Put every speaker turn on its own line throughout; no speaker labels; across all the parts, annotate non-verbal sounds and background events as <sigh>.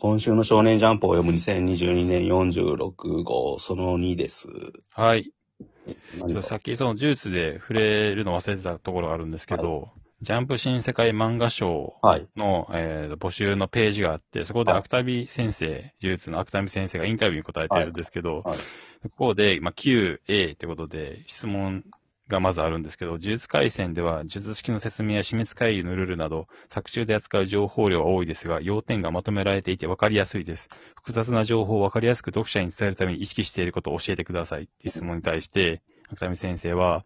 今週の少年ジャンプを読む2022年46号、その2です。
はい。ちょ
何
っと
か
さっきそのジュースで触れるの忘れてたところがあるんですけど、ジャンプ新世界漫画賞
はい。
の、えー募集のページがあって、そこで
はい
芥見先生、ジュースの芥見先生がインタビューに答えてるんですけど、
はいはい
ここで、まあ、QA ってことで質問がまずあるんですけど、呪術回戦では、呪術式の説明や死滅会議のルールなど、作中で扱う情報量は多いですが、要点がまとめられていて分かりやすいです。複雑な情報を分かりやすく読者に伝えるために意識していることを教えてくださいっていう質問に対して、芥見先生は、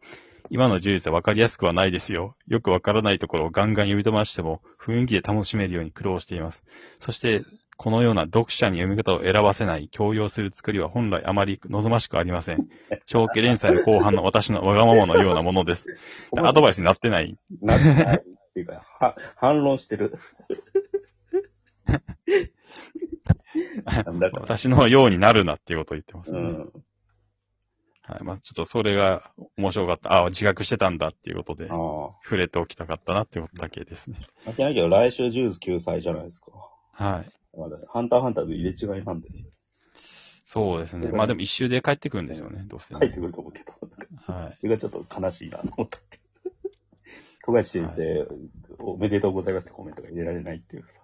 今の呪術は分かりやすくはないですよ。よく分からないところをガンガン読み飛ばしても、雰囲気で楽しめるように苦労しています。そして、このような読者に読み方を選ばせない、強要する作りは本来あまり望ましくありません。長期連載の後半の私のわがままのようなものです。アドバイスになってない。
なないっていうか、は、 <laughs> 反論してる。なんだか、
私のようになるなっていうことを言ってます、
う
ね
ん。
はい。まあ、ちょっとそれが面白かった。ああ、自覚してたんだっていうことで
あ、あ。
触れておきたかったなっていうことだけですね。
負けないけど、来週ジュース救済じゃないですか。
はい。
まだ、ハンターハンターと入れ違いなんですよ。
そうですね。まあでも一周で帰ってくるんですよね、どうせ、
入って
ね。
くると思うけど。
はい。
それがちょっと悲しいなと思ったって。小林先生、おめでとうございますってコメントが入れられないっていうさ。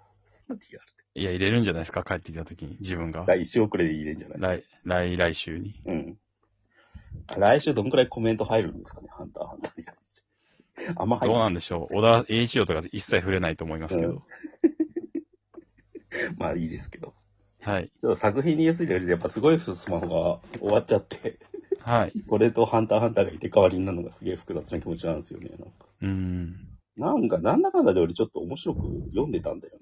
いや、入れるんじゃないですか、帰ってきた時に、自分が。
第1遅れで入れんじゃない
来、来、来週に。
うん。来週どんくらいコメント入るんですかね、ハンターハンターに関して。あんま入
ど
っ
うなんでしょう。小田栄一郎とか一切触れないと思いますけど。
まあいいですけど。
はい。
ちょっと作品に寄せてより、やっぱすごいスマホが終わっちゃって、
はい。
これとハンターハンターが入れ替わりになるのがすげえ複雑な気持ちなんですよね。なんか、
うーん。
なんかなんだかんだで俺ちょっと面白く読んでたんだよ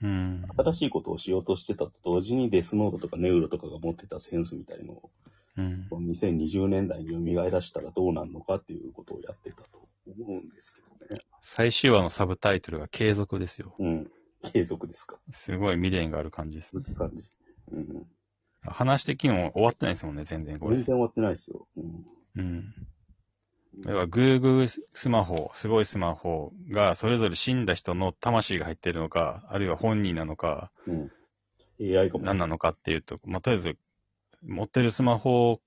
な。
うーん。
新しいことをしようとしてたと同時にデスノートとかネウロとかが持ってたセンスみたいのを
うん。
2020年代に蘇らしたらどうなるのかっていうことをやってたと思うんですけどね。
最終話のサブタイトルが継続ですよ。
うん。継続ですか。
すごい未練がある感じです
そう
ね
い。う感じ。うん。
話的にも終わってないですもんね、全然こ
全然
れ。
終わってないですよ。うん。
うん。要は Google スマホ、すごいスマホがそれぞれ死んだ人の魂が入っているのか、あるいは本人なのか、
うん。AI かも。
何なのかっていうと、まあ、とりあえず、持ってるスマホ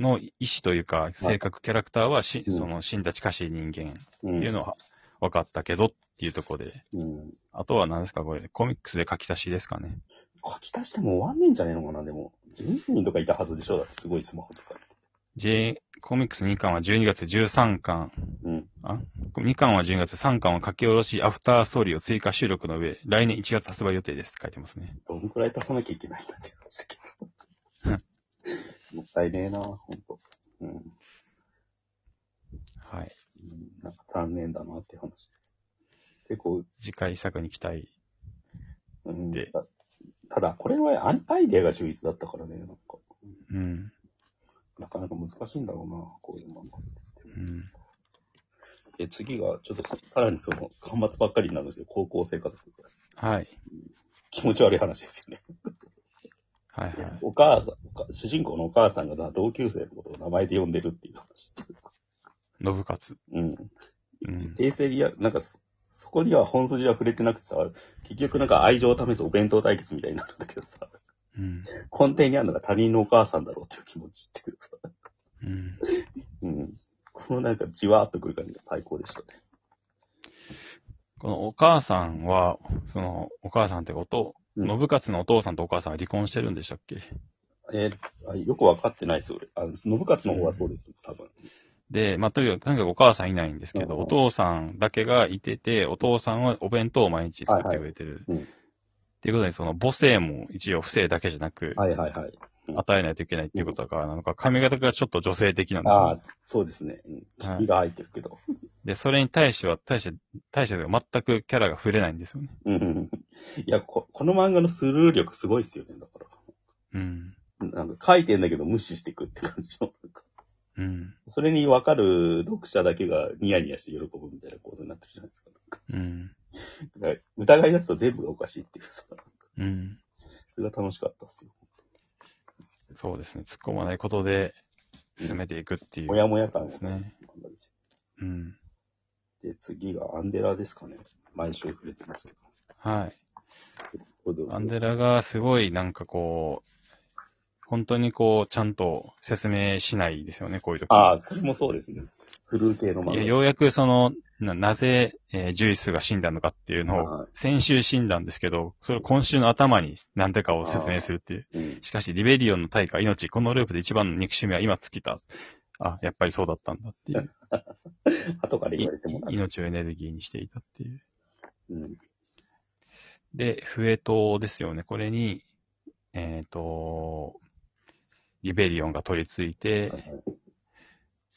の意思というか、性格、キャラクターはし、
うん
その死んだ近しい人間っ
う。
ていうんのは分かったけどっていうところで、
うん。
あとは何ですか、これ、コミックスで書き足しですかね。
書き足しても終わんねえんじゃねえのかな、でも。10人とかいたはずでしょ、だってすごいスマホとか。
J、コミックス2巻は12月13巻、
うん。
あ ?2 巻は12月、3巻は書き下ろし、アフターストーリーを追加収録の上、来年1月発売予定ですって書いてますね。
どんくらい足さなきゃいけないんだって話だけ <laughs> ど。もったいねえな、ほんと。うん。うん
はい。
なんか残念だなって話。結構、
次回作に期待。
うん。
で
たただ、これはアンアイデアが秀逸だったからね、なんか。
うん。
なかなか難しいんだろうな、こういう漫画。
うん。
で、次が、ちょっとささらにその、間伐ばっかりになるんですけど、高校生活。
はい。
気持ち悪い話ですよね。
はいはい。
お母さん、おか主人公のお母さんが同級生のことを名前で呼んでるっていう話。
信勝。
うん。
うん。
平成にや、なんかそ、そこには本筋は触れてなくてさ、結局なんか愛情を試すお弁当対決みたいになるんだけどさ、
うん。
根底にあるのが他人のお母さんだろうっていう気持ちっていうかさ、
うん。
うん。このなんかじわーっとくる感じが最高でしたね。
このお母さんは、その、お母さんってこと、
うん
信勝のお父さんとお母さんは離婚してるんでしたっけ
えーあよくわかってないです、俺。あの、信勝の方はそうです、多分。
で、まあ、とにかく、とにかくお母さんいないんですけど、
うんうん
お父さんだけがいてて、お父さんはお弁当を毎日作ってくれてる。
はいはいうん
っていうことで、その母性も一応不正だけじゃなく、
はいはいはい。
与えないといけないっていうことが、なのか、髪型がちょっと女性的なんです
あ
よ、
あ、そうですね。うん。
はい
霧が入ってるけど。
で、それに対しては、対して、対して全くキャラが触れないんですよね。
うんうんうん。いやこ、この漫画のスルー力すごいっすよね、だから。
うん。
なんか書いてんだけど無視していくって感じの。なんか
うん。
それにわかる読者だけがニヤニヤして喜ぶみたいな構図になってるじゃないですか。
うん。
だから疑い出すと全部がおかしいっていうさ、なんか
うん。
それが楽しかったっすよ。
そうですね。突っ込まないことで、進めていくっていう。
もやもや感
で
です
ね。うん。
で、次がアンデラですかね。毎週触れてますけど。
はい。アンデラがすごいなんかこう、本当にこう、ちゃんと説明しないですよね、こういう時。
ああ、これもそうですね。スルー系の漫
い
画。
やようやくその、ななぜ、えージュイスが死んだのかっていうのを、
は
先週死んだんですけど、それを今週の頭に何でかを説明するっていう。
いうん
しかし、リベリオンの対価、命、このループで一番の憎しみは今尽きた。あ、やっぱりそうだったんだっていう。
後から言われても
い命をエネルギーにしていたっていう。
うん。
で、笛塔ですよね。これに、えっ、と、リベリオンが取り付いて、
はいはい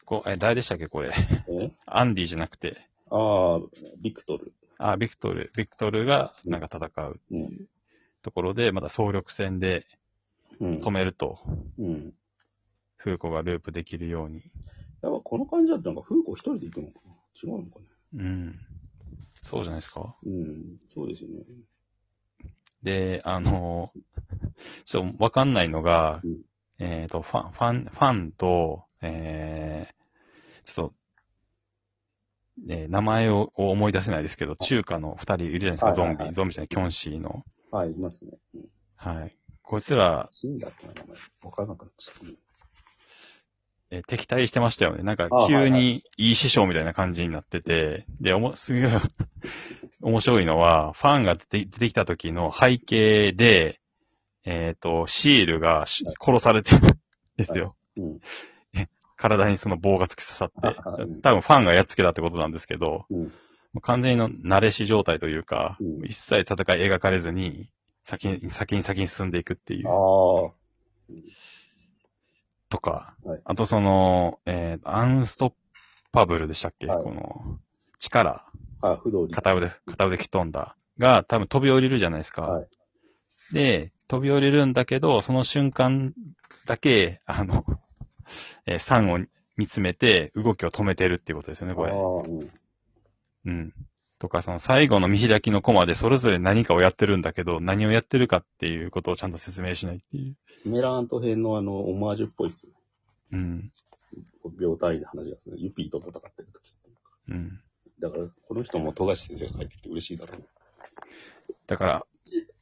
こえ、誰でしたっけ、これ。 <laughs>
え
アンディじゃなくて、
ああ、ビクトル。
あ、ビクトル、ビクトルが、なんか戦う
うん。
ところで、まだ総力戦で
うん。
止めると、
うん。やっ
フーコがループできるように。
ぱこの感じだとなんか、風子一人で行くのかな違うのかな
うん。そうじゃないですか。
うん。そうですよね。
で、あの、ちょっとわかんないのが
うん、
えっ、と、ファン、ファン、ファンと、えー、ちょっと、えー名前をを思い出せないですけど、中華の二人いるじゃないですか、
はい
ゾ
はい
ン
はい
ビ、ゾンビじゃない、キョンシーの。
はい、いますね。うん。
はい。こいつら、
死んだって名前。わからなくなっちゃった。
えー敵対してましたよね。なんか
あ、は
急
いは
にいい師匠みたいな感じになってて、で、おも、すげえ、 <laughs> 面白いのは、ファンが出て出てきた時の背景で、えっ、と、シールがし
はい
殺されてるんですよ。
うん。
体にその棒が突き刺さって
あはい、
多分ファンがやっつけたってことなんですけど、
うん
もう完全の慣れし状態というか、
うん
一切戦い描かれずに、先に先に先に進んでいくっていう。
ああ。
とか、
はい
あとその、えーアンストッパブルでしたっけ、
はい
この、力、
あ、不動理。
片腕、片腕き飛んだ、が多分飛び降りるじゃないですか。
は
で、飛び降りるんだけど、その瞬間だけ、あの、えー、サンを見つめて、動きを止めてるっていうことですよね、こ
あ
れ。
あ、うん。
うん。とか、その最後の見開きのコマでそれぞれ何かをやってるんだけど、何をやってるかっていうことをちゃんと説明しないっていう。
メラント編のあの、オマージュっぽいっすよね。
うん。
秒単位で話がする。ユピーと戦ってる時っていうか。
うん。
だから、この人も富樫先生が帰ってきて嬉しいだろうね。
だから、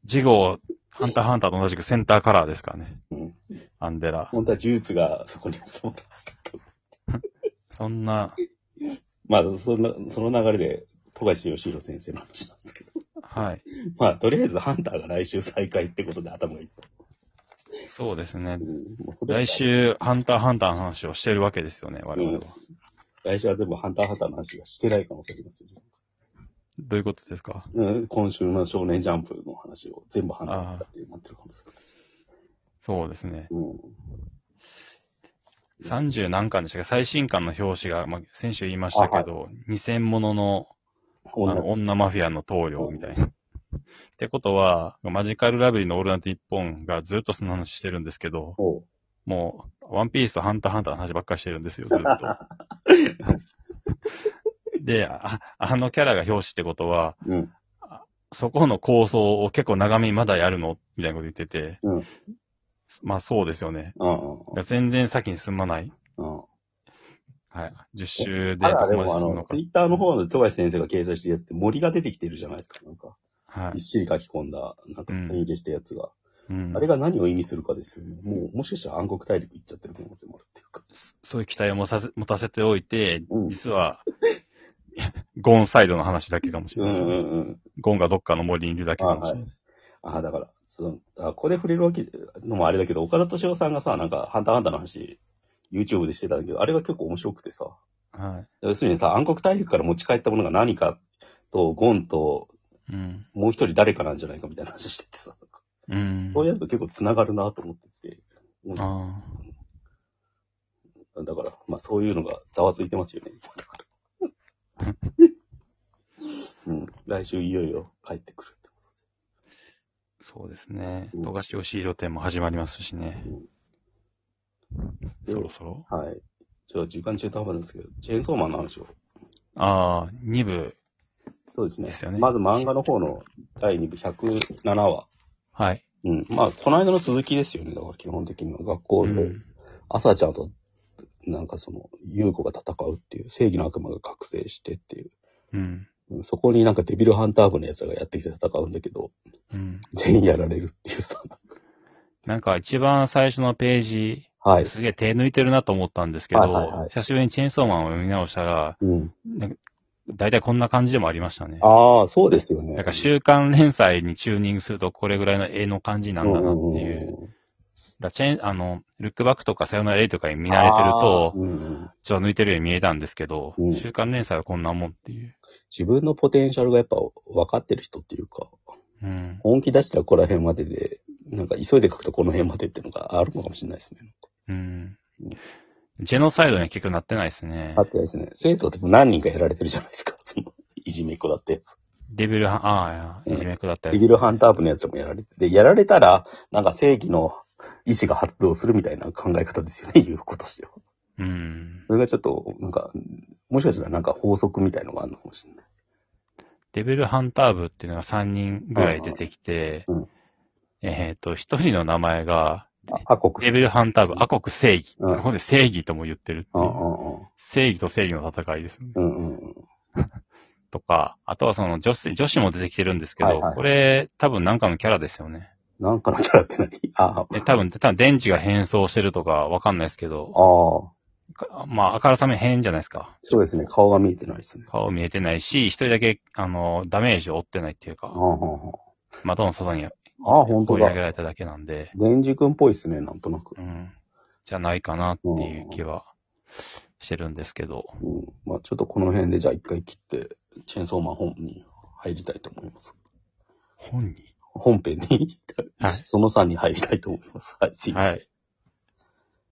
ジゴハンターハンターと同じくセンターカラーですからね。
うん。
アンデラ。
本当は呪術がそこに収まってますけど。
そんな、
まあ、その、その流れで、富樫義弘先生の話なんですけど。
はい。
まあ、とりあえずハンターが来週再開ってことで頭がいっぱい。
そうですね
う。ん。もうそれ
来
しか。
週、ハンターハンターの話をしてるわけですよね、我々は。
来週は全部ハンターハンターの話がしてない可能性ありますよね。
どういうことですか
うん。今週の少年ジャンプの話を全部ハンターハンターってなってるかもしれない。
そうですね。
うん。
30何巻でしたか最新巻の表紙が、まあ、先週言いましたけど、2000もののあ
女
の女マフィアの棟梁みたいな。ってことは、マジカルラブリーのオールナイト日本がずっとその話してるんですけど、
おう
もう、ワンピースとハンターハンターの話ばっかりしてるんですよ、ずっと。で、あ、あのキャラが表紙ってことは、
うん。
そこの構想を結構長めにまだやるのみたいなこと言ってて、
うん。
まあそうですよね。
ああ。
全然先に進まない。
うん。
はい。10周で
た
ど
だ、
こ
で
まで
も、あ
進むの
の、
か
ツ。イッターの方で富樫先生が掲載してるやつって森が出てきてるじゃないですか。なんか、
は
びっ
い。
しり書き込んだ、なんか、
うん
手入れしたやつが。
うん
あれが何を意味するかですよね。もう、もしかしたら暗黒大陸行っちゃってる可能性もあるっていうか。
そういう期待を持たせ持たせてお
<laughs>
いて、
うん。
実は、ゴンサイドの話だけかもしれ
う
ないで
ん
すね、
うんうん。
ゴンがどっかの森にいるだけかもしれない。
ああ、だから、その、あここで触れるわけのもあれだけど、岡田敏夫さんがさ、なんか、ハンターハンターの話、YouTube でしてたんだけど、あれが結構面白くてさ。
は
要するにさ、暗黒大陸から持ち帰ったものが何かと、ゴンと、
い。うん。
もう一人誰かなんじゃないかみたいな話しててさ。
うん。
そうやると結構繋がるなと思ってて。うん
あ
だから、まあそういうのがざわついてますよね。だから。うん。来週いよいよ帰ってくるってこ
あ、そうですね。
うん
富樫義弘展も始まりますしね。
うん
そろそろ。
と。はい。ちょっと時間中途半端なんですけど、チェーンソーマンの話を。
ああ、2部。
そうですね。
ですよね
まず漫画の方の第2部107話。
はい。
うん。まあ、この間の続きですよね。だから基本的には学校
う
で
ん。
朝ちゃんと、なんかその、優子が戦うっていう、正義の悪魔が覚醒してっていう。
うん。
うんそこになんかデビルハンター部のやつがやってきて戦うんだけど、
うん。
全員やられるっていうさ。 <laughs>
なんか一番最初のページ、
はい。
すげえ手抜いてるなと思ったんですけど、
はいはいはい
久しぶりにチェーンソーマンを読み直したら、
うん。
なんか大体こんな感じでもありましたね。
ああ、そうですよね。
なんか週刊連載にチューニングするとこれぐらいの絵の感じなんだなっていう。だからチェーン、あの、ルックバックとかさよなら A とかに見慣れてると
あー、うんうん
ちょっと抜いてるように見えたんですけど、
うん
週刊連載はこんなもんっていう。
自分のポテンシャルがやっぱ分かってる人っていうか、
うん。
本気出したらここら辺までで、なんか急いで書くとこの辺までっていうのがあるのかもしれないですね。
うん。ジェノサイドには結局なってないですね
あ。ってですね、生徒ってもう何人かやられてるじゃないですか。 <laughs> その、いじめっ子だってやつ。
デビルハン、ああ、いじめっ子だったや
イ
つ
ギルハンター部のやつもやられて、で、やられたら、なんか正義の意志が発動するみたいな考え方ですよね、 <laughs> 言うことしては。
うん。
それがちょっと、なんか、もしかしたらなんか法則みたいのがあるのかもしれない。
デビルハンター部っていうのが3人ぐらい出てきて、
うん
えっ、と、1人の名前が、
あ、あ国
デビルハンター部、アコク正義。
うん
ここで正義とも言ってるって
う
い
ん
う
うんうん。
正義と正義の戦いですね。
うんうんうん。
とか、あとはその女子、女子も出てきてるんですけど、
はいはい
これ多分なんかのキャラですよね。
なんかのキャラって何あ
で多分、多分電池が変装してるとかわかんないですけど
あ、、ああ、
かまあ、あからさめ変じゃないですか。
そうですね。顔が見えてないですね。
顔見えてないし、一人だけ、あの、ダメージを負ってないっていう
あ
か
あ、、あ
窓の外に
あ、ああ本当
追い上げ
だ。
られただけなんで、
デンジ君っぽいですね、なんとなく。
うん、じゃないかなっていう気はしてるんですけど、
うん。まあちょっとこの辺でじゃあ一回切って、チェーンソーマン本に入りたいと思います。
本人
本編に、
はい
<laughs> その3に入りたいと思います。はい、すいません
はい。